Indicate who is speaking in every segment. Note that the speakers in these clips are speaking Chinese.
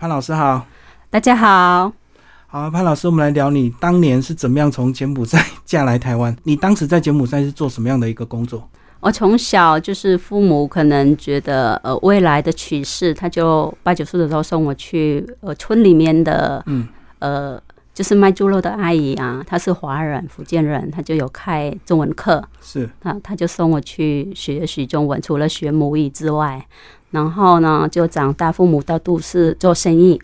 Speaker 1: 潘老师好，
Speaker 2: 大家好，
Speaker 1: 好，潘老师，我们来聊你当年是怎么样从柬埔寨嫁来台湾？ 你当时在柬埔寨是做什么样的一个工作？
Speaker 2: 我从小就是父母可能觉得呃未来的趋势，他就八九岁的时候送我去呃村里面的
Speaker 1: 嗯
Speaker 2: 呃就是卖猪肉的阿姨啊，她是华人福建人，她就有开中文课，
Speaker 1: 是
Speaker 2: 啊，他就送我去学习中文，除了学母语之外，然后呢，就长大父母到都市做生意，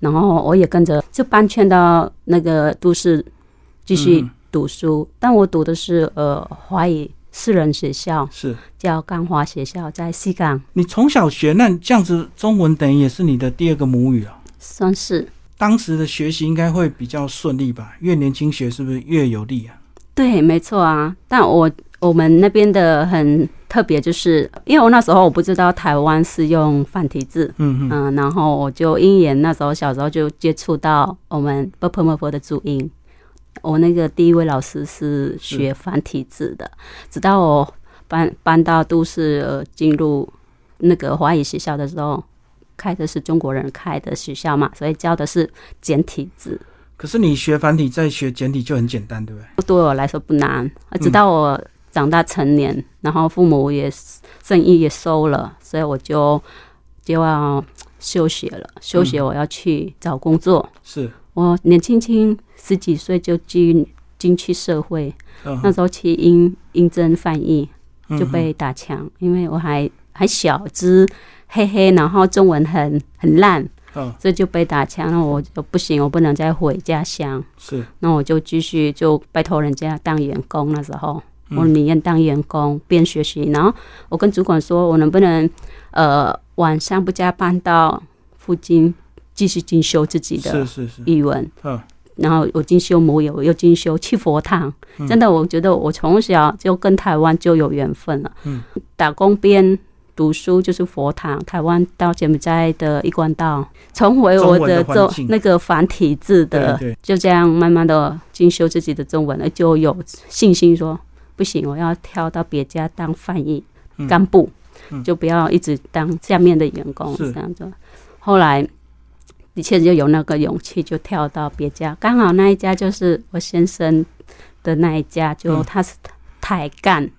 Speaker 2: 然后我也跟着就搬迁到那个都市继续
Speaker 1: 嗯
Speaker 2: 读书，但我读的是呃华语私人学校，
Speaker 1: 是，
Speaker 2: 叫甘华学校，在西港，
Speaker 1: 你从小学那这样子，中文等于也是你的第二个母语啊。
Speaker 2: 算是
Speaker 1: 当时的学习应该会比较顺利吧？越年轻学是不是越有利啊？
Speaker 2: 对，没错啊。但我我们那边的很特别，就是因为我那时候我不知道台湾是用繁体字，
Speaker 1: 嗯嗯，
Speaker 2: 嗯，然后我就因缘那时候小时候就接触到我们 b p m p 的注音，我那个第一位老师是学繁体字的，直到我搬搬到都市、呃、进入那个华语学校的时候，开的是中国人开的学校嘛，所以教的是简体字，
Speaker 1: 可是你学繁体再学简体就很简单，对不对？
Speaker 2: 对我来说不难，
Speaker 1: 嗯
Speaker 2: 直到我长大成年，然后父母也生意也收了，所以我就就要休学了，休学我要去找工作。
Speaker 1: 是，
Speaker 2: 我年轻轻十几岁就进进去社会，
Speaker 1: 嗯
Speaker 2: 那时候去应应征翻译
Speaker 1: 嗯
Speaker 2: 就被打枪，因为我还还小只黑黑，然后中文很很烂，
Speaker 1: 嗯
Speaker 2: 所以就被打枪。那我就不行，我不能再回家乡，
Speaker 1: 是，
Speaker 2: 那我就继续就拜托人家当员工。那时候
Speaker 1: 嗯
Speaker 2: 我宁愿当员工边学习，然后我跟主管说，我能不能呃晚上不加班到附近继续进修自己
Speaker 1: 是
Speaker 2: 的
Speaker 1: 是是，
Speaker 2: 语文。
Speaker 1: 嗯
Speaker 2: 然后我进修母语，我又进修去佛堂，
Speaker 1: 嗯
Speaker 2: 真的，我觉得我从小就跟台湾就有缘分了。
Speaker 1: 嗯，
Speaker 2: 打工边读书就是佛堂，台湾到柬埔寨的一贯道，重回我
Speaker 1: 中文的环
Speaker 2: 中
Speaker 1: 境
Speaker 2: 那个繁体字的，
Speaker 1: 对对
Speaker 2: 就这样慢慢的进修自己的中文，就有信心说不行，我要跳到别家当翻译
Speaker 1: 嗯
Speaker 2: 干部，
Speaker 1: 嗯
Speaker 2: 就不要一直当下面的员工
Speaker 1: 是
Speaker 2: 这样子。后来的确就有那个勇气，就跳到别家，刚好那一家就是我先生的那一家，就
Speaker 1: 嗯
Speaker 2: 他是台干。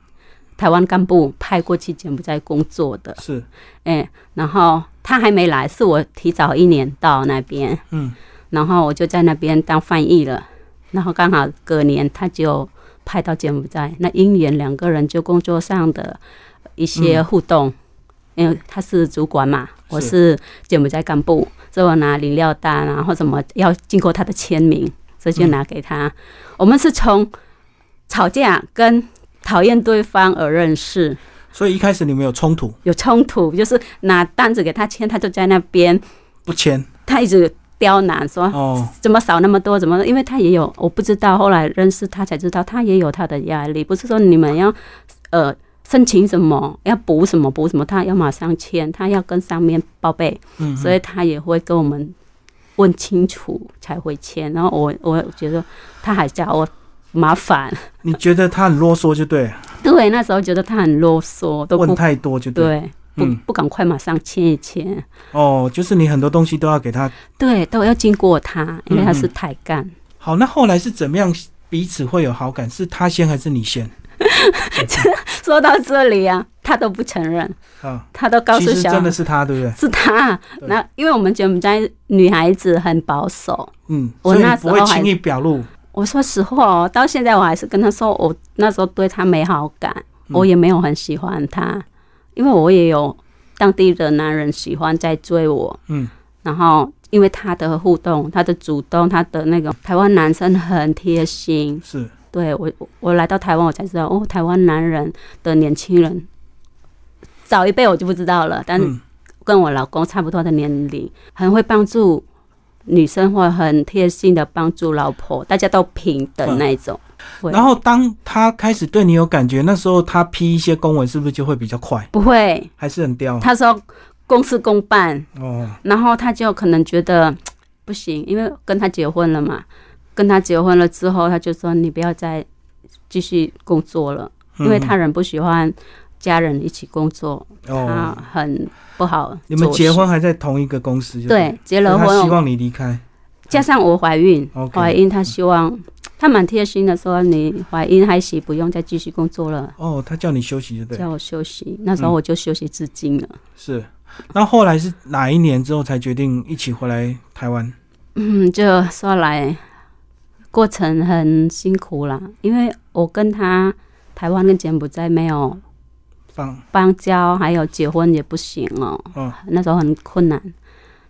Speaker 2: 台湾干部派过去柬埔寨工作的，
Speaker 1: 是，
Speaker 2: 哎、然后他还没来，是我提早一年到那边，
Speaker 1: 嗯
Speaker 2: 然后我就在那边当翻译了，然后刚好隔年他就派到柬埔寨，那因缘两个人就工作上的一些互动，因为他是主管嘛，我是柬埔寨干部，所以我拿饮料单啊或什么要经过他的签名，所以就拿给他。我们是从吵架跟讨厌对方而认识，
Speaker 1: 所以一开始你们有冲突，
Speaker 2: 有冲突，就是拿单子给他签，他就在那边，
Speaker 1: 不签
Speaker 2: 他一直刁难说
Speaker 1: 哦，
Speaker 2: 怎么少那么多？怎么？因为他也有，我不知道。后来认识他才知道，他也有他的压力。不是说你们要，呃，申请什么，要补什么补什么，他要马上签，他要跟上面报备，
Speaker 1: 嗯，
Speaker 2: 所以他也会跟我们问清楚才会签。然后我我觉得他还叫我麻烦，
Speaker 1: 你觉得他很啰嗦就对了，
Speaker 2: 对，那时候觉得他很啰嗦，都
Speaker 1: 问
Speaker 2: 不
Speaker 1: 太多就对了，
Speaker 2: 对，不
Speaker 1: 嗯
Speaker 2: 不赶快马上签一签，
Speaker 1: 哦，就是你很多东西都要给他。
Speaker 2: 对，都要经过他，因为他是
Speaker 1: 嗯
Speaker 2: 台干。
Speaker 1: 好，那后来是怎么样彼此会有好感？是他先还是你先？
Speaker 2: 说到这里啊，他都不承认。
Speaker 1: 啊，
Speaker 2: 他都告
Speaker 1: 其
Speaker 2: 诉
Speaker 1: 实
Speaker 2: 小
Speaker 1: 真的是他，对不对？
Speaker 2: 是他。
Speaker 1: 对
Speaker 2: 那因为我们柬埔寨女孩子很保守，
Speaker 1: 嗯，
Speaker 2: 我
Speaker 1: 所以
Speaker 2: 那
Speaker 1: 你
Speaker 2: 时
Speaker 1: 不
Speaker 2: 候
Speaker 1: 会
Speaker 2: 还
Speaker 1: 轻易表露。
Speaker 2: 我说实话哦，到现在我还是跟他说，我那时候对他没好感，
Speaker 1: 嗯
Speaker 2: 我也没有很喜欢他，因为我也有当地的男人喜欢在追我，
Speaker 1: 嗯，
Speaker 2: 然后。因为他的互动，他的主动，他的那个台湾男生很贴心。
Speaker 1: 是
Speaker 2: 对我，我我来到台湾，我才知道哦，台湾男人的年轻人，早一辈我就不知道了，但是
Speaker 1: 嗯
Speaker 2: 跟我老公差不多的年龄，很会帮助女生，或很贴心的帮助老婆，大家都平等那一种。
Speaker 1: 嗯
Speaker 2: 会
Speaker 1: 然后当他开始对你有感觉，那时候他批一些公文是不是就会比较快？
Speaker 2: 不会，
Speaker 1: 还是很刁？
Speaker 2: 他说公事公办，
Speaker 1: 哦，
Speaker 2: 然后他就可能觉得不行，因为跟他结婚了嘛，跟他结婚了
Speaker 1: 嗯
Speaker 2: 之后，他就说你不要再继续工作了，因为他人不喜欢家人一起工作，他
Speaker 1: 哦，
Speaker 2: 很不好做事。
Speaker 1: 你们结婚还在同一个公司就对，
Speaker 2: 对，结了
Speaker 1: 所以他希
Speaker 2: 婚，
Speaker 1: 望你离开。
Speaker 2: 加上我怀孕，
Speaker 1: OK
Speaker 2: 怀孕他希望他蛮贴心的说，你怀孕还行，不用再继续工作了，
Speaker 1: 哦，他叫你休息就对，
Speaker 2: 叫我休息。那时候我就休息至今了。
Speaker 1: 是。那后来是哪一年之后才决定一起回来台湾？
Speaker 2: 嗯，就说来过程很辛苦啦，因为我跟他台湾跟柬埔寨没有
Speaker 1: 放
Speaker 2: 邦交，还有结婚也不行哦，
Speaker 1: 嗯
Speaker 2: 那时候很困难，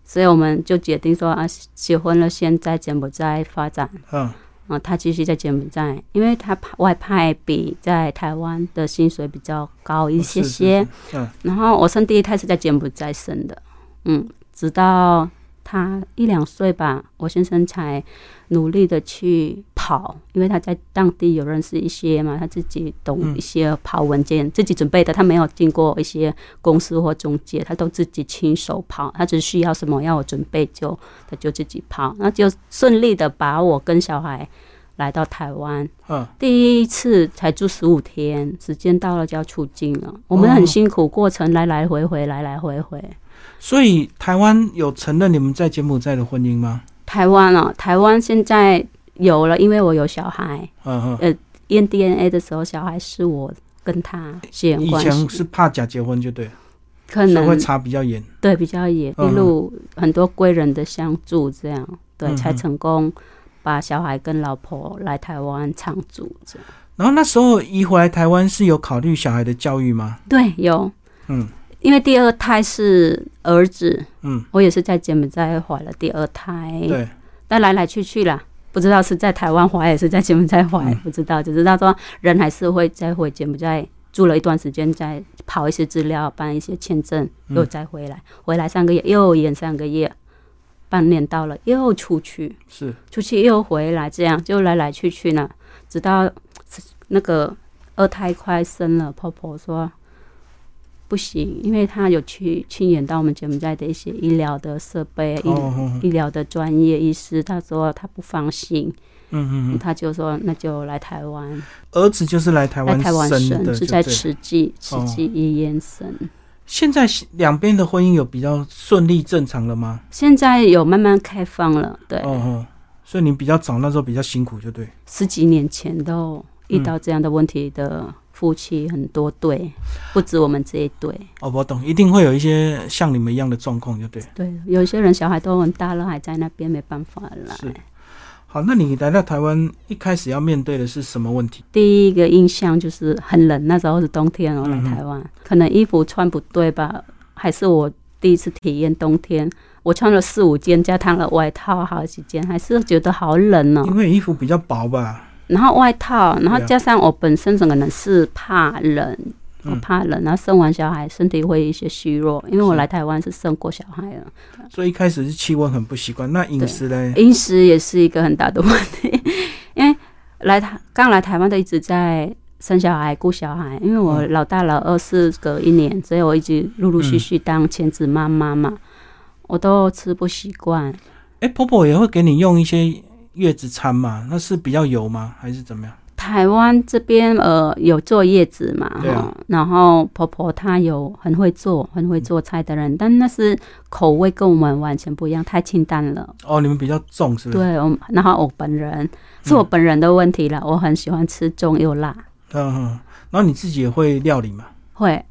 Speaker 2: 所以我们就决定说啊，结婚了先在柬埔寨发展。
Speaker 1: 嗯
Speaker 2: 啊、他继续在柬埔寨，因为他派外派比在台湾的薪水比较高一些些。
Speaker 1: 哦是是嗯
Speaker 2: 然后我生第一胎是在柬埔寨生的，嗯，直到他一两岁吧，我先生才努力的去跑，因为他在当地有认识一些嘛，他自己懂
Speaker 1: 嗯
Speaker 2: 一些跑文件，自己准备的，他没有经过一些公司或中介，他都自己亲手跑，他只需要什么要我准备就他就自己跑，那就顺利的把我跟小孩来到台湾。
Speaker 1: 嗯，
Speaker 2: 第一次才住十五天，时间到了就要出境了。我们很辛苦，过程来来回回，来来回回。
Speaker 1: 所以台湾有承认你们在柬埔寨的婚姻吗？
Speaker 2: 台湾哦，台湾现在有了，因为我有小孩，
Speaker 1: 嗯嗯，
Speaker 2: 验 DNA 的时候，小孩是我跟他血缘
Speaker 1: 以
Speaker 2: 关
Speaker 1: 前
Speaker 2: 系，
Speaker 1: 是怕假结婚就对了，
Speaker 2: 可
Speaker 1: 所以会
Speaker 2: 能
Speaker 1: 查比较严。
Speaker 2: 对比较也
Speaker 1: 嗯
Speaker 2: 一路很多贵人的相助，这样
Speaker 1: 嗯
Speaker 2: 对
Speaker 1: 嗯
Speaker 2: 才成功把小孩跟老婆来台湾常住这样。
Speaker 1: 然后那时候移回来台湾是有考虑小孩的教育吗？
Speaker 2: 对，有
Speaker 1: 嗯
Speaker 2: 因为第二胎是儿子，
Speaker 1: 嗯，
Speaker 2: 我也是在柬埔寨怀了第二胎，
Speaker 1: 对，
Speaker 2: 但来来去去啦，不知道是在台湾怀也是在柬埔寨怀，
Speaker 1: 嗯
Speaker 2: 不知道，只知道说人还是会再回柬埔寨住了一段时间，再跑一些资料，办一些签证，
Speaker 1: 嗯
Speaker 2: 又再回来，回来三个月又延三个月，半年到了又出去，
Speaker 1: 是
Speaker 2: 出去又回来，这样就来来去去呢，直到那个二胎快生了，婆婆说不行，因为她有去亲眼到我们柬埔寨的一些医疗的设备、医、
Speaker 1: 哦哦，哦
Speaker 2: 医疗的专业医师，她说她不放心，
Speaker 1: 嗯嗯嗯，
Speaker 2: 她就说那就来台湾，
Speaker 1: 儿子就是来台
Speaker 2: 来
Speaker 1: 湾
Speaker 2: 台湾
Speaker 1: 生的，
Speaker 2: 是在
Speaker 1: 吃。
Speaker 2: 慈济
Speaker 1: 哦
Speaker 2: 慈济医院生。
Speaker 1: 现在两边的婚姻有比较顺利正常了吗？
Speaker 2: 现在有慢慢开放了，对，
Speaker 1: 哦哦，所以你比较早那时候比较辛苦就对。
Speaker 2: 十几年前都遇到这样的问题的夫妻很多对，
Speaker 1: 嗯
Speaker 2: 不止我们这一对。
Speaker 1: 哦，我懂，一定会有一些像你们一样的状况就对。
Speaker 2: 对，有些人小孩都很大了，还在那边没办法来。
Speaker 1: 是。好，那你来到台湾一开始要面对的是什么问题？
Speaker 2: 第一个印象就是很冷，那时候是冬天哦，我来
Speaker 1: 嗯哼
Speaker 2: 台湾，可能衣服穿不对吧，还是我第一次体验冬天，我穿了四五件，加上了外套好几件，还是觉得好冷哦。
Speaker 1: 因为衣服比较薄吧，
Speaker 2: 然后外套，然后
Speaker 1: 对啊
Speaker 2: 加上我本身整个人是怕冷，
Speaker 1: 嗯
Speaker 2: 我怕冷，然后生完小孩身体会一些虚弱，因为我
Speaker 1: 是
Speaker 2: 来台湾是生过小孩了。
Speaker 1: 所以一开始是气温很不习惯。那饮食 嘞？
Speaker 2: 饮食也是一个很大的问题，因为来台刚来台湾都一直在生小孩、顾小孩，因为我老大老二是隔一年，所以我一直陆陆续续当全职妈妈嘛，我都吃不习惯。
Speaker 1: 哎、婆婆也会给你用一些月子餐嘛？那是比较油吗？还是怎么样？
Speaker 2: 台湾这边呃有坐月子嘛，
Speaker 1: 对啊
Speaker 2: 哈然后婆婆她有很会做、很会做菜的人，但那是口味跟我们完全不一样，太清淡了。
Speaker 1: 哦，你们比较重是不是？
Speaker 2: 对，我然后我本人是我本人的问题了，我很喜欢吃重又辣。
Speaker 1: 嗯嗯。然后你自己也会料理嘛？嗯
Speaker 2: 会，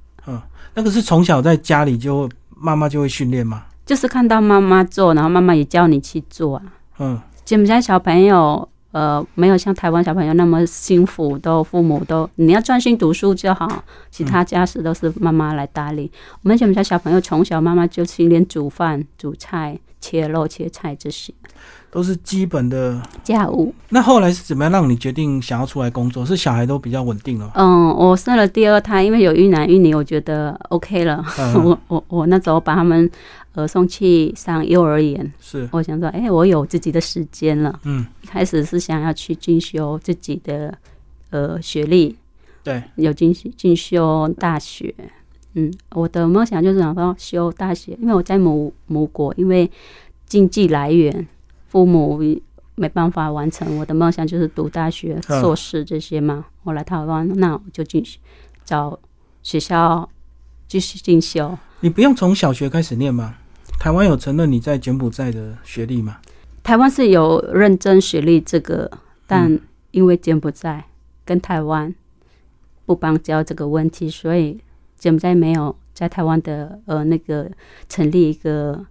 Speaker 1: 那个是从小在家里就妈妈就会训练嘛？
Speaker 2: 就是看到妈妈做，然后妈妈也教你去做啊。
Speaker 1: 嗯，
Speaker 2: 柬埔寨小朋友，呃，没有像台湾小朋友那么辛苦，都父母都你要专心读书就好，其他家事都是妈妈来打理。我们柬埔寨小朋友从小妈妈就训练煮饭、煮菜、切肉、切菜这些
Speaker 1: 都是基本的。
Speaker 2: 家务。
Speaker 1: 那后来是怎么样让你决定想要出来工作？是小孩都比较稳定了吗？
Speaker 2: 嗯，我生了第二胎，因为有一男一女，我觉得 OK 了。
Speaker 1: 嗯，
Speaker 2: 我我我那时候把他们呃送去上幼儿园，
Speaker 1: 是，
Speaker 2: 我想说，哎、我有自己的时间了。
Speaker 1: 嗯，
Speaker 2: 一开始是想要去进修自己的呃学历，
Speaker 1: 对，
Speaker 2: 有进修进修大学。嗯，我的梦想就是想到修大学，因为我在母母国，因为经济来源，父母没办法完成我的梦想，就是读大学、
Speaker 1: 嗯
Speaker 2: 硕士这些嘛。我来台湾，那我就进去找学校继续进修。
Speaker 1: 你不用从小学开始念吗？台湾有承认你在柬埔寨的学历吗？
Speaker 2: 台湾是有认真学历这个，
Speaker 1: 嗯
Speaker 2: 但因为柬埔寨跟台湾不邦交这个问题，所以柬埔寨没有在台湾的呃那个成立一个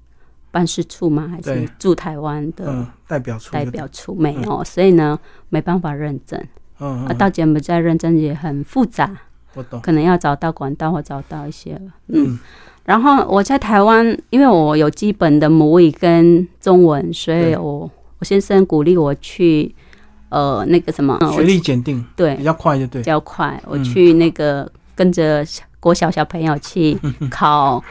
Speaker 2: 办事处嘛，还
Speaker 1: 对
Speaker 2: 是驻台湾
Speaker 1: 嗯
Speaker 2: 的，
Speaker 1: 代表处
Speaker 2: 代
Speaker 1: 就对，
Speaker 2: 表处没有，所以呢没办法认证。
Speaker 1: 嗯
Speaker 2: 啊，
Speaker 1: 嗯，
Speaker 2: 到柬埔寨认证也很复杂，
Speaker 1: 我懂，
Speaker 2: 可能要找到管道或找到一些
Speaker 1: 嗯，
Speaker 2: 然后我在台湾，因为我有基本的母语跟中文，所以
Speaker 1: 对
Speaker 2: 我我先生鼓励我去呃那个什么，呃我
Speaker 1: 学历检定
Speaker 2: 对
Speaker 1: 比较快就对
Speaker 2: 比，较快，我
Speaker 1: 嗯
Speaker 2: 去那个、跟着小国小小朋友 去考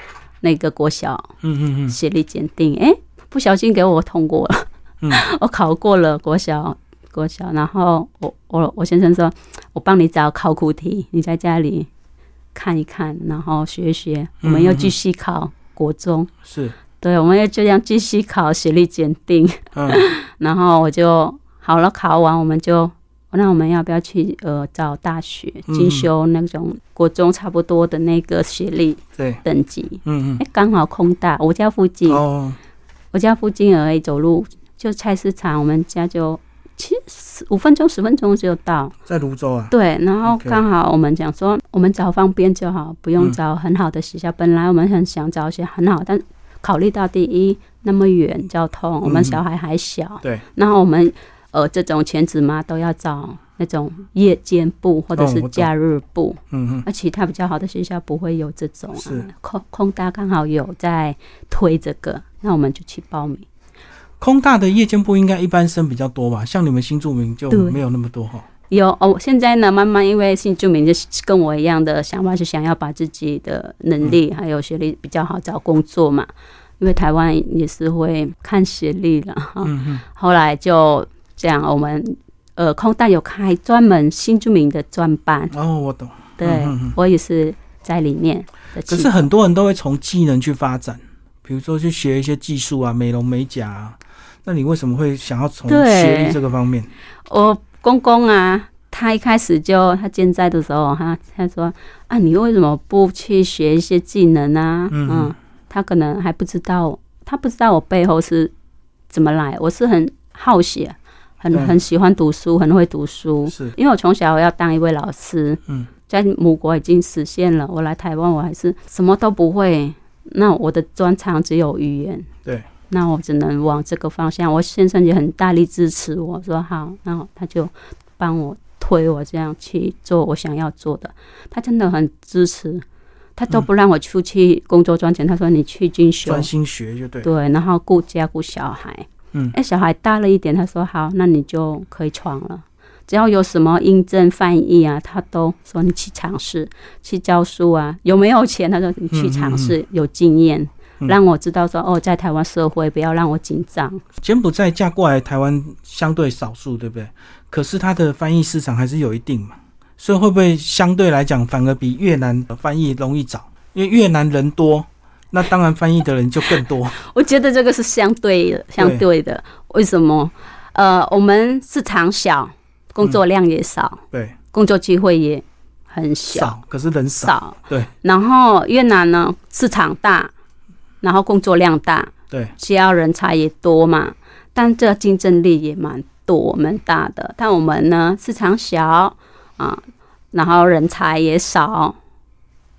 Speaker 2: 那个国小
Speaker 1: 嗯嗯
Speaker 2: 学历鉴定，哎、不小心给我通过了，
Speaker 1: 嗯
Speaker 2: 我考过了国小国小，然后我我我先生说，我帮你找考古题，你在家里看一看，然后学一学，我们又继续考国中。
Speaker 1: 嗯，是，
Speaker 2: 对，我们要这样继续考学历鉴定，
Speaker 1: 嗯，
Speaker 2: 然后我就好了，考完我们就，那我们要不要去呃找大学
Speaker 1: 嗯
Speaker 2: 进修那种国中差不多的那个学历
Speaker 1: 对，
Speaker 2: 等级？
Speaker 1: 嗯
Speaker 2: 哎，刚好空大，我家附近
Speaker 1: 嗯，，哦，
Speaker 2: 我家附近而已，走路就菜市场，我们家就其实五分钟十分钟就到。
Speaker 1: 在泸州啊，
Speaker 2: 对，然后
Speaker 1: OK 嗯
Speaker 2: 刚好我们讲说，我们找方便就好，不用找很好的学校。本来我们很想找一些很好，但考虑到第一那么远交通，我们小孩还小，
Speaker 1: 对，
Speaker 2: 然后我们呃这种全职妈都要找那种夜间部或者
Speaker 1: 哦我
Speaker 2: 是
Speaker 1: 懂
Speaker 2: 假日部，
Speaker 1: 嗯嗯，
Speaker 2: 而其他比较好的学校不会有这种、啊
Speaker 1: 是。
Speaker 2: 空空大刚好有在推这个，那我们就去报名。
Speaker 1: 空大的夜间部应该一般生比较多吧，像你们新住民就
Speaker 2: 对
Speaker 1: 没有那么多哈，
Speaker 2: 有哦，现在呢，慢慢因为新住民就是跟我一样的想法，是想要把自己的能力
Speaker 1: 嗯
Speaker 2: 还有学历比较好找工作嘛。因为台湾也是会看学历了哈。
Speaker 1: 嗯嗯，
Speaker 2: 后来就这样，我们呃空大有开专门新住民的专班，
Speaker 1: 哦，我懂，
Speaker 2: 对、
Speaker 1: 嗯嗯嗯
Speaker 2: 我也是在里面
Speaker 1: 可
Speaker 2: 的其
Speaker 1: 是很多人都会从技能去发展，比如说去学一些技术啊，美容美甲啊。那你为什么会想要从
Speaker 2: 对
Speaker 1: 学历这个方面？
Speaker 2: 我哦公公啊，他一开始就他健在的时候，他他说啊，你为什么不去学一些技能啊？
Speaker 1: 嗯
Speaker 2: 嗯他可能还不知道，他不知道我背后是怎么来。我是很好学，很
Speaker 1: 对
Speaker 2: 很喜欢读书，很会读书。
Speaker 1: 是，
Speaker 2: 因为我从小要当一位老师，
Speaker 1: 嗯，
Speaker 2: 在母国已经实现了，我来台湾我还是什么都不会。那我的专长只有语言，
Speaker 1: 对，
Speaker 2: 那我只能往这个方向。我先生也很大力支持我，说好，然后他就帮我推我这样去做我想要做的。他真的很支持，他
Speaker 1: 嗯
Speaker 2: 都不让我出去工作赚钱，他说你去进修，
Speaker 1: 专心学就对。
Speaker 2: 对，然后顾家顾小孩。
Speaker 1: 嗯
Speaker 2: 哎，小孩大了一点，他说好，那你就可以闯了。只要有什么印证、翻译啊，他都说你去尝试，去教书啊。有没有钱？他说你去尝试，有经验，
Speaker 1: 嗯
Speaker 2: 让我知道说哦，在台湾社会不要让我紧张。
Speaker 1: 柬埔寨嫁过来台湾相对少数，对不对？可是它的翻译市场还是有一定嘛，所以会不会相对来讲反而比越南的翻译容易找？因为越南人多，那当然翻译的人就更多。
Speaker 2: 我觉得这个是相对的，相对的。为什么？呃，我们市场小，工
Speaker 1: 嗯
Speaker 2: 作量也少，
Speaker 1: 对，
Speaker 2: 工作机会也很小。
Speaker 1: 少，可是人少。
Speaker 2: 少，
Speaker 1: 对。
Speaker 2: 然后越南呢，市场大，然后工作量大，
Speaker 1: 对，
Speaker 2: 需要人才也多嘛，但这竞争力也蛮多蛮大的。但我们呢，市场小啊，然后人才也少，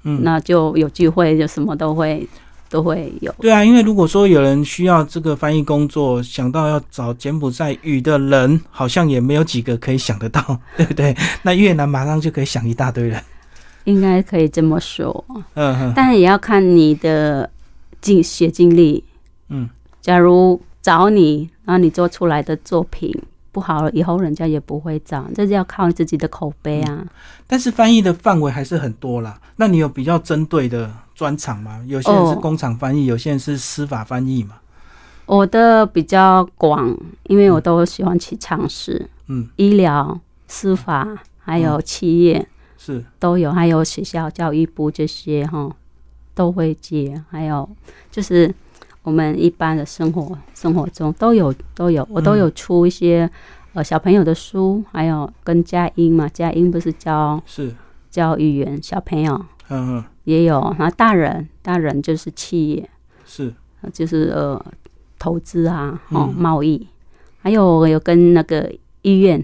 Speaker 1: 嗯，
Speaker 2: 那就有机会就什么都会都会有。
Speaker 1: 对啊，因为如果说有人需要这个翻译工作，想到要找柬埔寨语的人，好像也没有几个可以想得到， 对不对？那越南马上就可以想一大堆人。
Speaker 2: 应该可以这么说，
Speaker 1: 嗯哼，
Speaker 2: 但也要看你的经学经历。
Speaker 1: 嗯，
Speaker 2: 假如找你，然后你做出来的作品不好了，以后人家也不会找，这是要靠自己的口碑啊。
Speaker 1: 嗯但是翻译的范围还是很多啦。那你有比较针对的专长吗？有些人是
Speaker 2: 哦
Speaker 1: 工厂翻译，有些人是司法翻译嘛。
Speaker 2: 我的比较广，因为我都喜欢去尝试，
Speaker 1: 嗯，
Speaker 2: 医疗、司法，还有企业、
Speaker 1: 是，
Speaker 2: 都有，还有学校教育部这些哈都会接，还有就是我们一般的生活生活中都有都
Speaker 1: 嗯
Speaker 2: 有，我都有出一些、呃小朋友的书，还有跟佳音嘛，佳音不是教
Speaker 1: 是
Speaker 2: 教语言小朋友，
Speaker 1: 嗯嗯，
Speaker 2: 也有，然后大人大人就是企业，
Speaker 1: 是
Speaker 2: 就是呃投资啊，哦
Speaker 1: 嗯
Speaker 2: 贸易，还有我有跟那个医院、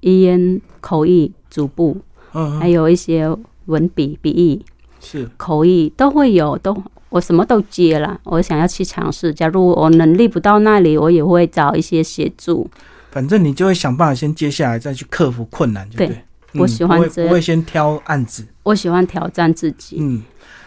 Speaker 2: 医院口译组部，
Speaker 1: 嗯
Speaker 2: 还
Speaker 1: 嗯
Speaker 2: 有一些文笔笔译、
Speaker 1: 是
Speaker 2: 口译都会有，都我什么都接了。我想要去尝试，假如我能力不到那里，我也会找一些协助。
Speaker 1: 反正你就会想办法先接下来，再去克服困难，就对。嗯
Speaker 2: 对我喜欢
Speaker 1: 不会
Speaker 2: 这样
Speaker 1: 不会先挑案子。
Speaker 2: 我喜欢挑战自己。
Speaker 1: 嗯，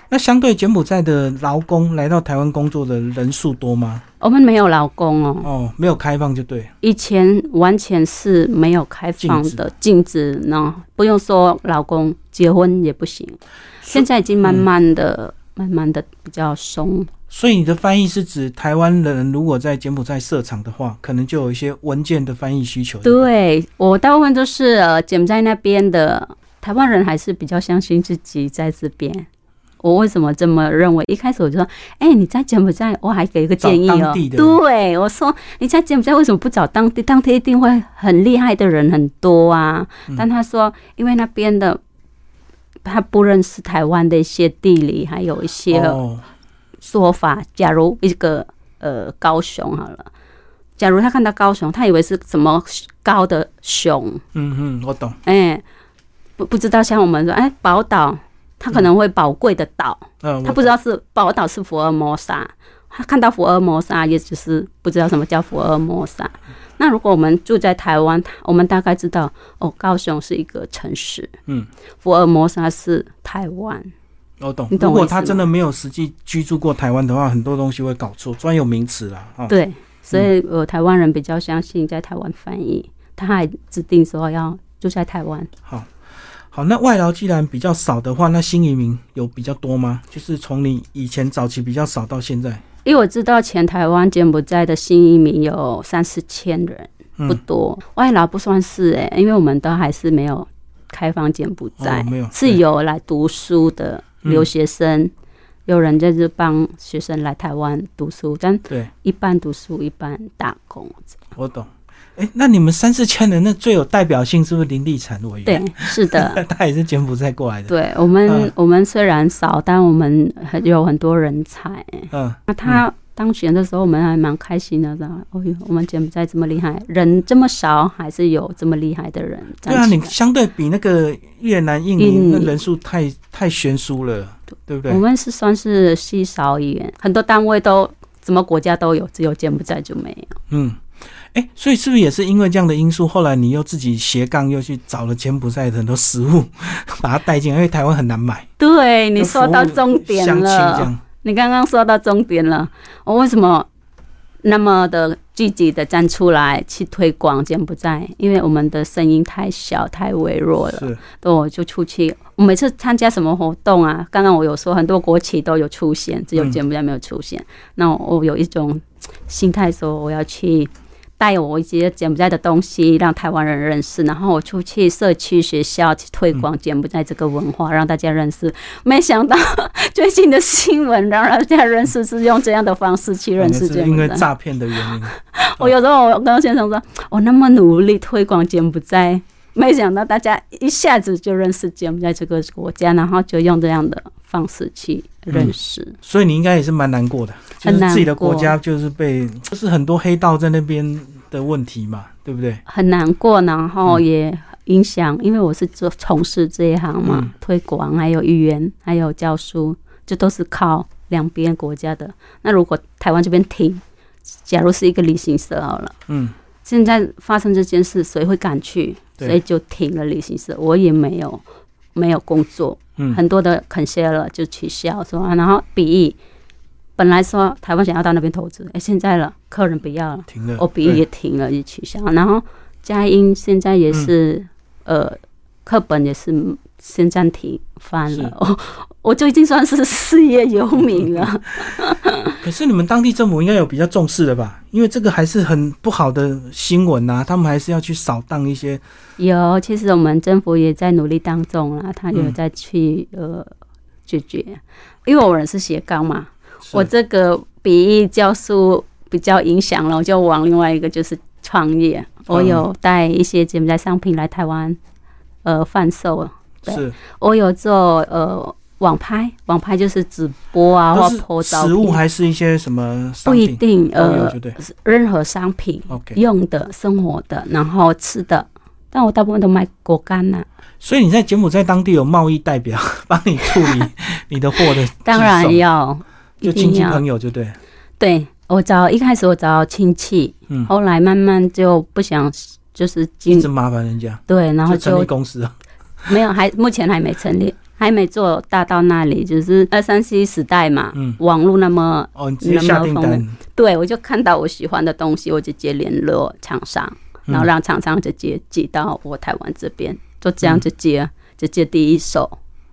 Speaker 1: 那相对柬埔寨的劳工来到台湾工作的人数多吗？
Speaker 2: 我们没有老公哦，
Speaker 1: 哦，没有开放就对。
Speaker 2: 以前完全是没有开放的禁止，呢，不用说老公结婚也不行。现在已经慢慢的、慢慢的比较松。
Speaker 1: 所以你的翻译是指台湾人如果在柬埔寨设厂的话，可能就有一些文件的翻译需求。不，
Speaker 2: 对我大部分都是呃，柬埔寨那边的台湾人还是比较相信自己在这边。我为什么这么认为？一开始我就说，哎、你在柬埔寨，我还给一个建议
Speaker 1: 找
Speaker 2: 哦
Speaker 1: 当地。的
Speaker 2: 对，我说你在柬埔寨为什么不找当地？当地一定会很厉害的人很多啊。
Speaker 1: 嗯
Speaker 2: 但他说，因为那边的他不认识台湾的一些地理，还有一些
Speaker 1: 哦，
Speaker 2: 说法，假如一个呃高雄好了，假如他看到高雄，他以为是什么高的熊，
Speaker 1: 嗯嗯，我懂。
Speaker 2: 哎、不不知道像我们说，哎、宝岛，他可能会宝贵的岛，
Speaker 1: 嗯、我
Speaker 2: 他不知道是宝岛是福尔摩沙，他看到福尔摩沙，也只是不知道什么叫福尔摩沙。那如果我们住在台湾，我们大概知道哦，高雄是一个城市，
Speaker 1: 嗯，
Speaker 2: 福尔摩沙是台湾，
Speaker 1: 我懂。
Speaker 2: 你懂
Speaker 1: 如
Speaker 2: 我
Speaker 1: 果
Speaker 2: 意思
Speaker 1: 他
Speaker 2: 吗
Speaker 1: 真的没有实际居住过台湾的话，很多东西会搞错，专有名词啦。哦，
Speaker 2: 对，所以呃，台湾人比较相信在台湾翻译，他还指定说要住在台湾。
Speaker 1: 好，好，那外劳既然比较少的话，那新移民有比较多吗？就是从你以前早期比较少到现在，
Speaker 2: 因为我知道前台湾柬埔寨的新移民有三四千人，
Speaker 1: 嗯
Speaker 2: 不多，外劳不算是诶、因为我们都还是没有开放柬埔寨，
Speaker 1: 哦没有
Speaker 2: 是有来读书的
Speaker 1: 嗯
Speaker 2: 留学生。有人就是帮学生来台湾读书，但
Speaker 1: 对
Speaker 2: 一半读书一半打工。
Speaker 1: 我懂。哎，那你们三四千人，那最有代表性是不是林立产委员？
Speaker 2: 对，是的，
Speaker 1: 他也是柬埔寨过来的。
Speaker 2: 对我们、
Speaker 1: 嗯
Speaker 2: 我们虽然少，但我们很有很多人才。
Speaker 1: 嗯，
Speaker 2: 那他当选的时候，我们还蛮开心的，知道吗？哦呦，我们柬埔寨这么厉害，人这么少，还是有这么厉害的人
Speaker 1: 对啊，
Speaker 2: 站起
Speaker 1: 你
Speaker 2: 来。
Speaker 1: 相对比那个越南、印尼
Speaker 2: 印尼
Speaker 1: 那人数太太悬殊了，对不对
Speaker 2: 我？们是算是稀少一员，很多单位都什么国家都有，只有柬埔寨就没有。
Speaker 1: 嗯，哎，所以是不是也是因为这样的因素，后来你又自己斜杠又去找了柬埔寨的很多食物， 把它带进来，因为台湾很难买。
Speaker 2: 对，你
Speaker 1: 就
Speaker 2: 说
Speaker 1: 服务
Speaker 2: 到重点
Speaker 1: 相亲这
Speaker 2: 了，
Speaker 1: 样，
Speaker 2: 你刚刚说到重点了。我为什么那么的积极的站出来去推广柬埔寨？因为我们的声音太小，太微弱了。
Speaker 1: 是
Speaker 2: 对，我就出去。我每次参加什么活动啊，刚刚我有说很多国旗都有出现，只有
Speaker 1: 嗯
Speaker 2: 柬埔寨没有出现。那我我有一种心态，说我要去带我一些柬埔寨的东西，让台湾人认识，然后我出去社区、学校去推广柬埔寨这个文化，让大家认识。没想到最近的新闻让大家认识是用这样的方式去
Speaker 1: 可
Speaker 2: 认
Speaker 1: 能
Speaker 2: 识
Speaker 1: 嗯是
Speaker 2: 柬
Speaker 1: 因
Speaker 2: 埔
Speaker 1: 为
Speaker 2: 寨。
Speaker 1: 诈骗的原因。
Speaker 2: 我有时候我跟先生说，我那么努力推广柬埔寨，没想到大家一下子就认识柬埔寨这个国家，然后就用这样的方式去认识。
Speaker 1: 所以你应该也是蛮难过的，就
Speaker 2: 很
Speaker 1: 是
Speaker 2: 难
Speaker 1: 自己的国
Speaker 2: 过
Speaker 1: 家就是被，就是很多黑道在那边的问题嘛，对不对？
Speaker 2: 很难过，然后也影响，因为我是做从事这一行嘛，
Speaker 1: 嗯
Speaker 2: 推广还有语言，还有教书，这都是靠两边国家的。那如果台湾这边停，假如是一个旅行社好了，
Speaker 1: 嗯，
Speaker 2: 现在发生这件事，谁会敢去？
Speaker 1: 对
Speaker 2: 所以就停了旅行社，我也没有没有工作，
Speaker 1: 嗯
Speaker 2: 很多的 cancel 了就取消说，啊然后笔译本来说台湾想要到那边投资，哎，现在了客人不要了，
Speaker 1: 停了。
Speaker 2: 我笔译
Speaker 1: 对
Speaker 2: 也停了，也取消。然后佳音现在也是、
Speaker 1: 嗯
Speaker 2: 呃课本也是先暂停翻
Speaker 1: 是
Speaker 2: 了， 我我就已经算是事业有名了。
Speaker 1: 可是你们当地政府应该有比较重视的吧？因为这个还是很不好的新闻呐、他们还是要去扫荡一些。
Speaker 2: 有，其实我们政府也在努力当中啦，他有
Speaker 1: 嗯
Speaker 2: 在去、呃解决，因为我人是斜杠嘛，我这个笔译教书比较影响了，我就往另外一个就是创业，我
Speaker 1: 嗯
Speaker 2: 有带一些柬埔寨商品来台湾呃贩售，
Speaker 1: 是是
Speaker 2: 我有做呃网拍，网拍就是直播啊，
Speaker 1: 都
Speaker 2: 或
Speaker 1: 是
Speaker 2: 抛照
Speaker 1: 食物
Speaker 2: 片，
Speaker 1: 还是一些什么商
Speaker 2: 不一
Speaker 1: 品？
Speaker 2: 定
Speaker 1: 都有
Speaker 2: 呃
Speaker 1: 就对
Speaker 2: 任何商品
Speaker 1: ，OK。
Speaker 2: 用的、生活的，然后吃的，但我大部分都卖果干啊呐、
Speaker 1: 所以你在柬埔寨当地有贸易代表帮你处 理你的货的寄送，
Speaker 2: 当然要，
Speaker 1: 就
Speaker 2: 一
Speaker 1: 亲
Speaker 2: 定
Speaker 1: 戚
Speaker 2: 要嗯
Speaker 1: 朋。友就对，
Speaker 2: 对我找一开始我找亲戚，
Speaker 1: 嗯
Speaker 2: 后来慢慢就不想就是经
Speaker 1: 一直麻烦人家，
Speaker 2: 对，然后
Speaker 1: 就成立
Speaker 2: 就
Speaker 1: 公司了。
Speaker 2: 没有还目前还没成立，还没做大到那里，就是二三 C 时代嘛，
Speaker 1: 嗯
Speaker 2: 网络那么
Speaker 1: 哦，你直接下订
Speaker 2: 能不
Speaker 1: 单
Speaker 2: 能，对我就看到我喜欢的东西，我就直接联络厂商，
Speaker 1: 嗯
Speaker 2: 然后让厂商直接寄到我台湾这边，就这样直接直接第一手，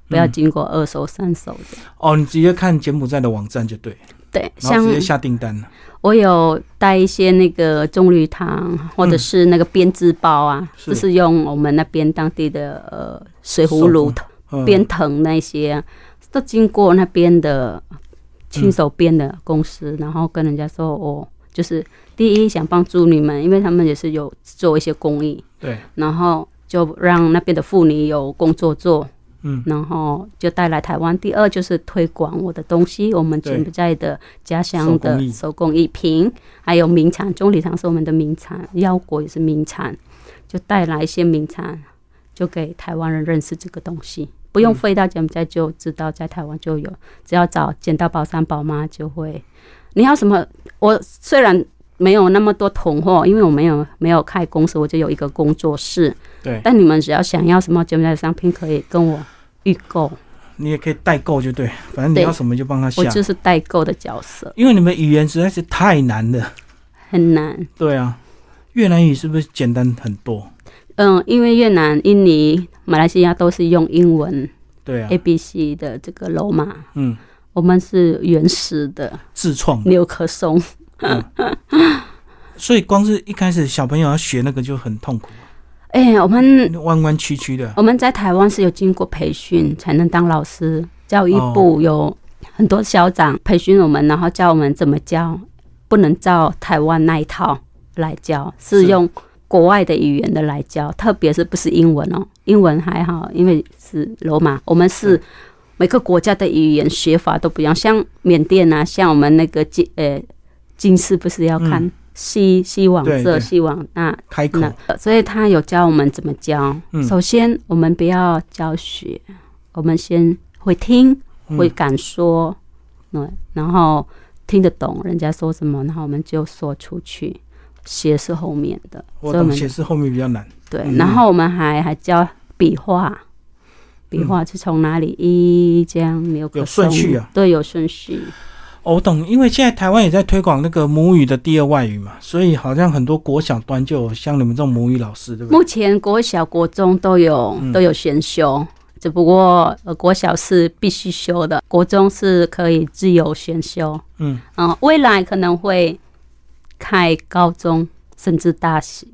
Speaker 2: 不要
Speaker 1: 嗯
Speaker 2: 经过二手、三手的。
Speaker 1: 哦，你直接看柬埔寨的网站就对，
Speaker 2: 对，
Speaker 1: 然
Speaker 2: 像
Speaker 1: 后直接下订单了，
Speaker 2: 我有带一些那个棕榈糖，或者是那个编织包啊，
Speaker 1: 嗯是
Speaker 2: 就是用我们那边当地的呃水葫芦
Speaker 1: 嗯
Speaker 2: 编藤那些啊，都经过那边的亲手编的公司，然后跟人家说哦，就是第一想帮助你们，因为他们也是有做一些公益，
Speaker 1: 对，
Speaker 2: 然后就让那边的妇女有工作做，
Speaker 1: 嗯，
Speaker 2: 然后就带来台湾。第二就是推广我的东西，我们
Speaker 1: 对
Speaker 2: 柬埔寨的家乡
Speaker 1: 手工
Speaker 2: 的
Speaker 1: 艺
Speaker 2: 手工艺品，还有名产，棕榈糖是我们的名产，腰果也是名产，就带来一些名产，就给台湾人认识这个东西。不用飞到柬埔寨就知道，在台湾就有，只要找捡到宝三宝妈就会。你要什么？我虽然没有那么多囤货，因为我没有没有开公司，我就有一个工作室。
Speaker 1: 对，
Speaker 2: 但你们只要想要什么柬埔寨的商品，可以跟我预购，
Speaker 1: 你也可以代购就对，反正你
Speaker 2: 对
Speaker 1: 要什么就帮他
Speaker 2: 我
Speaker 1: 下，
Speaker 2: 就是代购的角色，
Speaker 1: 因为你们语言实在是太难了，
Speaker 2: 很难。
Speaker 1: 对啊，越南语是不是简单很多？
Speaker 2: 嗯，因为越南、印尼、马来西亚都是用英文
Speaker 1: 对啊
Speaker 2: A，B C 的这个罗马，
Speaker 1: 嗯，
Speaker 2: 我们是原始的
Speaker 1: 自创的，
Speaker 2: 牛壳松。
Speaker 1: 所以光是一开始小朋友要学那个就很痛苦，
Speaker 2: 哎、我们
Speaker 1: 弯弯曲曲的，
Speaker 2: 我们在台湾是有经过培训才能当老师，教育
Speaker 1: 哦
Speaker 2: 部有很多校长培训我们，然后教我们怎么教，不能照台湾那一套来教，是
Speaker 1: 是
Speaker 2: 用国外的语言的来教，特别是不是英文哦，英文还好，因为是罗马，我们是
Speaker 1: 对
Speaker 2: 每个国家的语言学法都不一样，像缅甸啊，像我们那个金呃金氏不是要看
Speaker 1: 嗯
Speaker 2: 西西往
Speaker 1: 对
Speaker 2: 这
Speaker 1: 对
Speaker 2: 西往那，
Speaker 1: 开口
Speaker 2: 那呃所以他有教我们怎么教。
Speaker 1: 嗯
Speaker 2: 首先，我们不要教学，我们先会听，
Speaker 1: 嗯
Speaker 2: 会敢说，对，然后听得懂人家说什么，然后我们就说出去。写是后面的，
Speaker 1: 我
Speaker 2: 所以我
Speaker 1: 懂
Speaker 2: 们
Speaker 1: 写字后面比较难，
Speaker 2: 对，
Speaker 1: 嗯
Speaker 2: 然后我们还还教笔画，笔画是从哪里一这样你有
Speaker 1: 嗯有顺序啊？
Speaker 2: 对，有顺序。
Speaker 1: 哦我懂，因为现在台湾也在推广那个母语的第二外语嘛，所以好像很多国小端就有像你们这种母语老师，对不对？
Speaker 2: 目前国小、国中都有
Speaker 1: 嗯
Speaker 2: 都有选修，只不过呃国小是必须修的，国中是可以自由选修。
Speaker 1: 嗯，
Speaker 2: 嗯、未来可能会开高中甚至大学，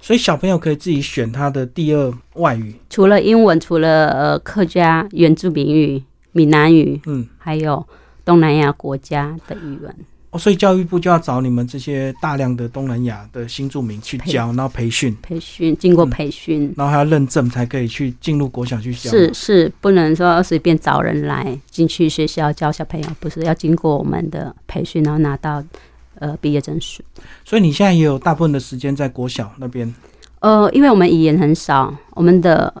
Speaker 1: 所以小朋友可以自己选他的第二外语，
Speaker 2: 除了英文，除了呃客家、原住民语、闽南语，
Speaker 1: 嗯，
Speaker 2: 还有东南亚国家的语文。
Speaker 1: 哦，所以教育部就要找你们这些大量的东南亚的新住民去
Speaker 2: 培
Speaker 1: 教，然后培训，
Speaker 2: 培训，经过
Speaker 1: 嗯
Speaker 2: 培训，
Speaker 1: 然后还要认证才可以去进入国小去教。
Speaker 2: 是是不能说随便找人来进去学校教小朋友，不是要经过我们的培训，然后拿到呃毕业证书。
Speaker 1: 所以你现在也有大部分的时间在国小那边，
Speaker 2: 呃，因为我们语言很少，我们的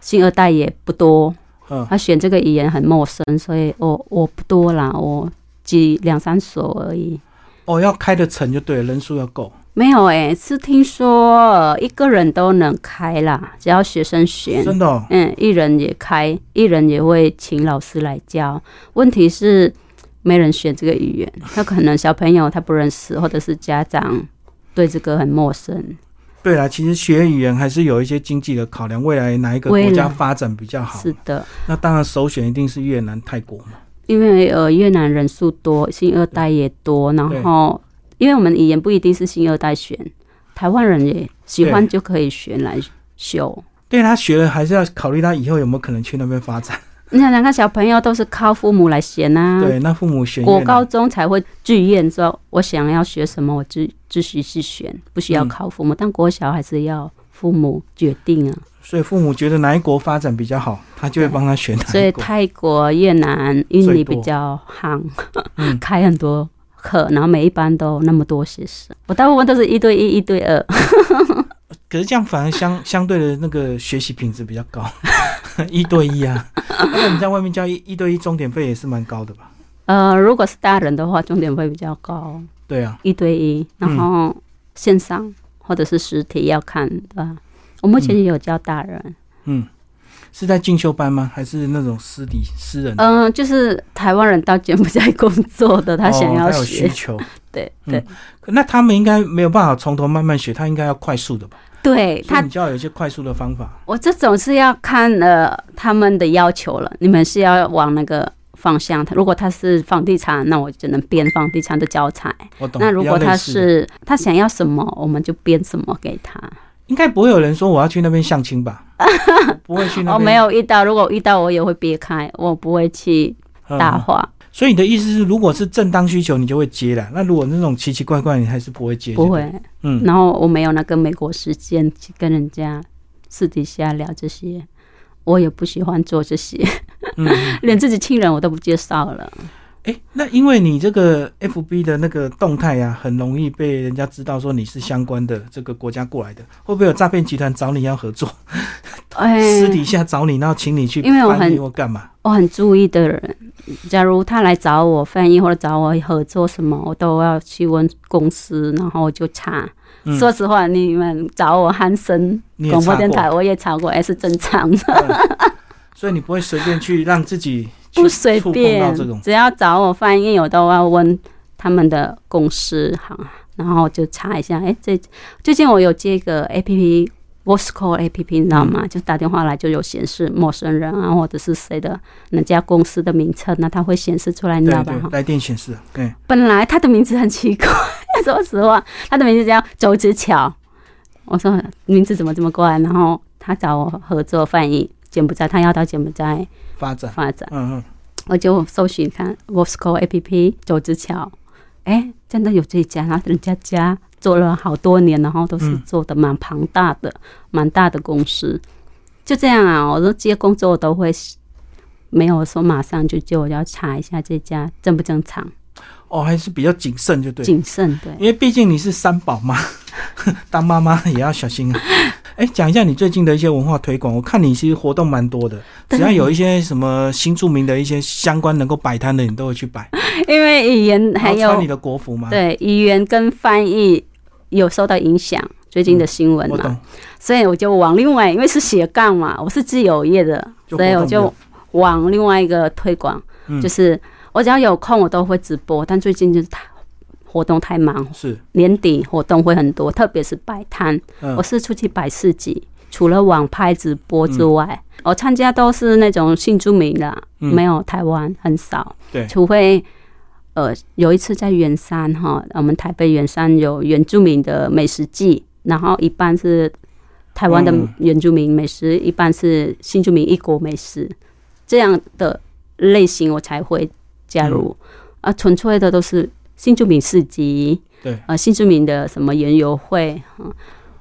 Speaker 2: 新二代也不多，
Speaker 1: 嗯，
Speaker 2: 他选这个语言很陌生，所以我我不多啦，我几两三所而已。
Speaker 1: 哦，要开的成就对了，人数要够，
Speaker 2: 没有诶、是听说呃一个人都能开啦，只要学生选。
Speaker 1: 真的、哦，
Speaker 2: 嗯，一人也开，一人也会请老师来教。问题是没人学这个语言，他可能小朋友他不认识，或者是家长对这个很陌生。
Speaker 1: 对啦，其实学语言还是有一些经济的考量，未来哪一个国
Speaker 2: 未
Speaker 1: 家
Speaker 2: 来
Speaker 1: 发展比较好
Speaker 2: 是？的，
Speaker 1: 那当然首选一定是越南、泰国嘛。
Speaker 2: 因为呃越南人数多，新二代也多，然后因为我们语言不一定是新二代选，台湾人也喜欢就可以选来修。
Speaker 1: 对他学了，还是要考虑他以后有没有可能去那边发展。
Speaker 2: 你想想看，小朋友都是靠父母来选啊，
Speaker 1: 对，那父母选越
Speaker 2: 国
Speaker 1: 南
Speaker 2: 高中才会自愿说，我想要学什么，我自自己去选，不需要
Speaker 1: 嗯
Speaker 2: 靠父母。但国小还是要父母决定啊。
Speaker 1: 所以父母觉得哪一国发展比较好，他就会帮他选哪一国。
Speaker 2: 所以泰国、越南、印尼
Speaker 1: 最多
Speaker 2: 比较夯，
Speaker 1: 嗯
Speaker 2: 开很多课，然后每一班都那么多学生，我大部分都是一对一、一对二，
Speaker 1: 可是这样反而相 相对的那个学习品质比较高， 一对一啊。要不然你在外面教一一对一，钟点费也是蛮高的吧？
Speaker 2: 呃，如果是大人的话，重点会比较高，
Speaker 1: 对啊，
Speaker 2: 一对一，然后线上或者是实体要看对吧？我目前也有教大人，
Speaker 1: 嗯，是在进修班吗？还是那种私底私人的？
Speaker 2: 嗯、就是台湾人到柬埔寨工作的，他想要
Speaker 1: 哦、他有需
Speaker 2: 学，
Speaker 1: 求，
Speaker 2: 对
Speaker 1: 嗯
Speaker 2: 对
Speaker 1: 可那他们应该没有办法从头慢慢学，他应该要快速的吧？
Speaker 2: 对，
Speaker 1: 所以
Speaker 2: 他
Speaker 1: 你就要有一些快速的方法。
Speaker 2: 我这种是要看呃他们的要求了，你们是要往那个方向。如果他是房地产，那我只能编房地产的教材；
Speaker 1: 我懂。
Speaker 2: 那如果
Speaker 1: 比较
Speaker 2: 他
Speaker 1: 类似的
Speaker 2: 是他想要什么，我们就编什么给他。
Speaker 1: 应该不会有人说我要去那边相亲吧？ 不会去那边。
Speaker 2: 哦我没有遇到，如果遇到我也会避开，我不会去
Speaker 1: 嗯
Speaker 2: 搭话，
Speaker 1: 所以你的意思是，如果是正当需求，你就会接了；那如果那种奇奇怪怪，你还是不会接。
Speaker 2: 不。会。
Speaker 1: 嗯，
Speaker 2: 然后我没有那个美国时间去跟人家私底下聊这些，我也不喜欢做这些，
Speaker 1: 嗯
Speaker 2: 连自己亲人我都不介绍了。
Speaker 1: 哎、那因为你这个 FB 的那个动态呀、很容易被人家知道说你是相关的这个国家过来的，会不会有诈骗集团找你要合作，
Speaker 2: 哎，
Speaker 1: 私底下找你，然后请你去
Speaker 2: 因为我
Speaker 1: 翻译
Speaker 2: 很
Speaker 1: 或干嘛？
Speaker 2: 我很注意的人，假如他来找我翻译或者找我合作什么，我都要去问公司，然后我就查。
Speaker 1: 嗯
Speaker 2: 说实话，你们找我汉森
Speaker 1: 你也
Speaker 2: 广播
Speaker 1: 查
Speaker 2: 电
Speaker 1: 过
Speaker 2: 台，我也查过，也哎是正常的，
Speaker 1: 嗯所以你不会随便去让自己去
Speaker 2: 不随
Speaker 1: 触碰到
Speaker 2: 便
Speaker 1: 这种。。
Speaker 2: 只要找我翻译，我都要问他们的公司行，然后就查一下。哎，这最近我有接一个 A P P。Voice Call A P P 你知道吗？
Speaker 1: 嗯
Speaker 2: 就打电话来就有显示陌生人啊，或者是谁的哪家公司的名称那它会显示出来，你
Speaker 1: 对
Speaker 2: 知道吧？
Speaker 1: 对，来电显示，啊哎对，
Speaker 2: 本来他的名字很奇怪， 说实话，他的名字叫周之乔。我说名字怎么这么怪？然后他找我合作翻译柬埔寨，他要到柬埔寨
Speaker 1: 发展，
Speaker 2: 发展，
Speaker 1: 嗯嗯。
Speaker 2: 我就搜寻看 w o s c o A P P 周之乔，哎，真的有这一家，然后人家家做了好多年，然后都是
Speaker 1: 嗯
Speaker 2: 做的蛮庞大的、蛮大的公司，就这样啊，我都接工作我都会没有说马上就接，我要查一下这家正不正常、
Speaker 1: 哦，还是比较谨慎，就对了。
Speaker 2: 谨慎，对。
Speaker 1: 因为毕竟你是三宝妈， 当妈妈也要小 心啊。哎，讲一下你最近的一些文化推广，我看你其实活动蛮多的，只
Speaker 2: 对
Speaker 1: 要有一些什么新著名的一些相关能够摆摊的，你都会去摆，
Speaker 2: 因为语言 还
Speaker 1: 然后穿
Speaker 2: 有
Speaker 1: 你的国服嘛。，
Speaker 2: 对语言跟翻译有受到影响，最近的新闻
Speaker 1: 嗯我
Speaker 2: 嘛，
Speaker 1: 懂，
Speaker 2: 所以我就往另外，因为是斜杠嘛，我是自由业的，
Speaker 1: 就
Speaker 2: 所以
Speaker 1: 活
Speaker 2: 我
Speaker 1: 动
Speaker 2: 就
Speaker 1: 的
Speaker 2: 往另外一个推广，
Speaker 1: 嗯
Speaker 2: 就是我只要有空我都会直播，但最近就是太活动太忙，
Speaker 1: 是，
Speaker 2: 年底活动会很多，特别是摆摊，
Speaker 1: 嗯
Speaker 2: 我，是出去摆市集，除了网拍直播之外，我参加都是那种新著名的，
Speaker 1: 嗯
Speaker 2: 没有台湾很少。
Speaker 1: 对，
Speaker 2: 除非呃有一次在圆山哈，我们台北圆山有原住民的美食季，然后一半是台湾的
Speaker 1: 嗯
Speaker 2: 原住民美食，一半是新住民异国美食这样的类型，我才会加入。
Speaker 1: 嗯
Speaker 2: 啊，纯粹的都是新住民市集，
Speaker 1: 对，
Speaker 2: 呃，新住民的什么园游会，嗯，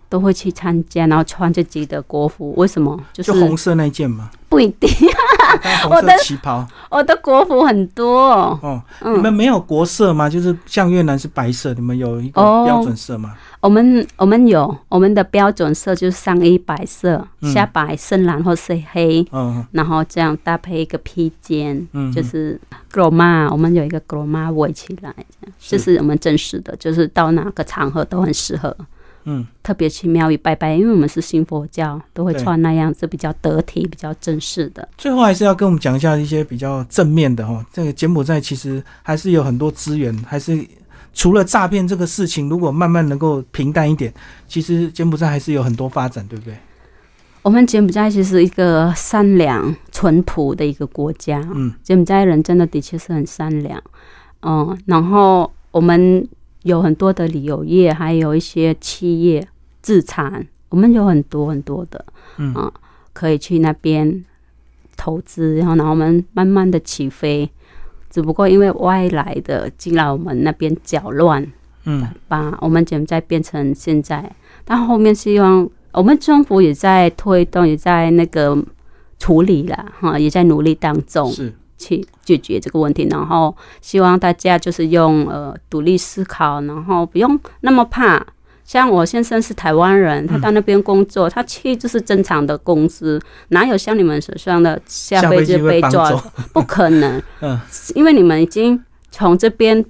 Speaker 2: 都会去参加，然后穿自己的国服。为什么？就
Speaker 1: 就是红色那一件嘛，
Speaker 2: 不一定，
Speaker 1: 穿红
Speaker 2: 啊我
Speaker 1: 色
Speaker 2: 的
Speaker 1: 旗袍。
Speaker 2: 我的国服很多，
Speaker 1: 哦，你
Speaker 2: 嗯。
Speaker 1: 们没有国色吗？就是像越南是白色，你们有一个
Speaker 2: 哦
Speaker 1: 标准色吗？
Speaker 2: 我们我们有我们的标准色，就是上衣白色，
Speaker 1: 嗯
Speaker 2: 下摆深蓝或是黑，
Speaker 1: 嗯
Speaker 2: 然后这样搭配一个披肩，
Speaker 1: 嗯，
Speaker 2: 就是 g r o m a 我们有一个 g r o m a 围起来，这是我们正式的，就是到哪个场合都很适合，
Speaker 1: 嗯
Speaker 2: 特别去庙宇拜拜，因为我们是信佛教，都会
Speaker 1: 对
Speaker 2: 穿那样子比较得体、比较正式的。
Speaker 1: 最后还是要跟我们讲一下一些比较正面的哈。这个柬埔寨其实还是有很多资源，还是除了诈骗这个事情，如果慢慢能够平淡一点，其实柬埔寨还是有很多发展，对不对？
Speaker 2: 我们柬埔寨其实是一个善良、淳朴的一个国家，
Speaker 1: 嗯，
Speaker 2: 柬埔寨人真的的确是很善良，嗯，然后我们有很多的旅游业，还有一些企业自产，我们有很多很多的，呃
Speaker 1: 嗯
Speaker 2: 可以去那边投资，然后然后我们慢慢的起飞，只不过因为外来的进来我们那边搅乱，
Speaker 1: 嗯
Speaker 2: 把我们柬埔寨变成现在，但后面希望我们政府也在推动，也在那个处理啦，哈，也在努力当中。
Speaker 1: 嗯是
Speaker 2: 去解决这个问题，然后希望大家就是用呃独立思考，然后不用那么怕。像我先生是台湾
Speaker 1: 嗯
Speaker 2: 人，他到那边工作，他去就是正常的公司，哪有像你们所上的下
Speaker 1: 下
Speaker 2: 辈
Speaker 1: 机
Speaker 2: 子被
Speaker 1: 会帮
Speaker 2: 抓？
Speaker 1: 走，
Speaker 2: 不可能，
Speaker 1: 嗯，
Speaker 2: 因为你们已经从这边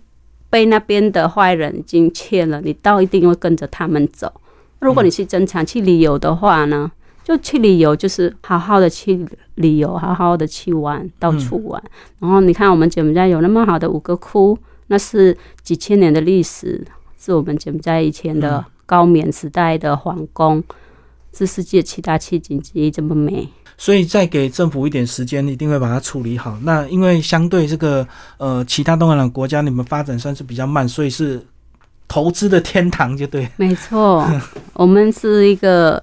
Speaker 2: 被那边的坏人已经欠了，你到一定会跟着他们走。如果你是正常去旅游的话呢，就去旅游，就是好好的去旅游，好好的去玩，到处玩。然后你看我们柬埔寨有那么好的五个窟，那是几千年的历史，是我们柬埔寨以前的高棉时代的皇宫，是世界七大奇景之一，这么美。
Speaker 1: 所以再给政府一点时间，一定会把它处理好。那因为相对这个呃其他东南亚国家，你们发展算是比较慢，所以是投资的天堂，就对。
Speaker 2: 没错，我们是一个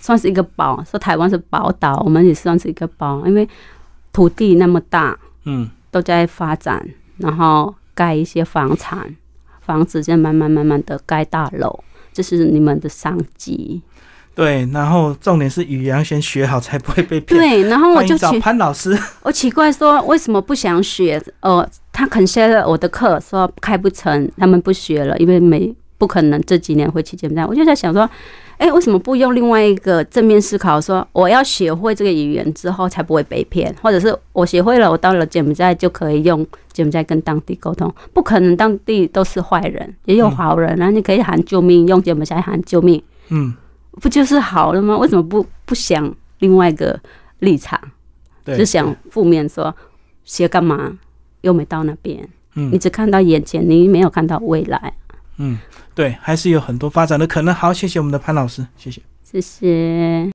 Speaker 2: 算是一个宝，说台湾是宝岛，我们也算是一个宝，因为土地那么大，
Speaker 1: 嗯，
Speaker 2: 都在发展，然后盖一些房产，房子在慢慢慢慢的盖大楼，这是你们的商机。
Speaker 1: 对。然后重点是语言要先学好，才不会被骗。
Speaker 2: 对，然后我
Speaker 1: 欢
Speaker 2: 就
Speaker 1: 迎找
Speaker 2: 奇，
Speaker 1: 潘老师。
Speaker 2: 我哦奇怪说为什么不想学？呃，他肯学了我的课，说开不成，他们不学了，因为没不可能这几年会去柬埔寨。我就在想说，哎，为什么不用另外一个正面思考说，我要学会这个语言之后才不会被骗，或者是我学会了，我到了柬埔寨就可以用柬埔寨跟当地沟通？不可能，当地都是坏人，也有好人啊，你可以喊救命，用柬埔寨喊救命，
Speaker 1: 嗯，
Speaker 2: 不就是好了吗？为什么不不想另外一个 立场？
Speaker 1: 对。
Speaker 2: 就想负面说学干嘛，又没到那边，
Speaker 1: 嗯
Speaker 2: 你只看到眼前，你没有看到未来。
Speaker 1: 对，还是有很多发展的可能。好，谢谢我们的潘老师，谢谢。
Speaker 2: 谢谢。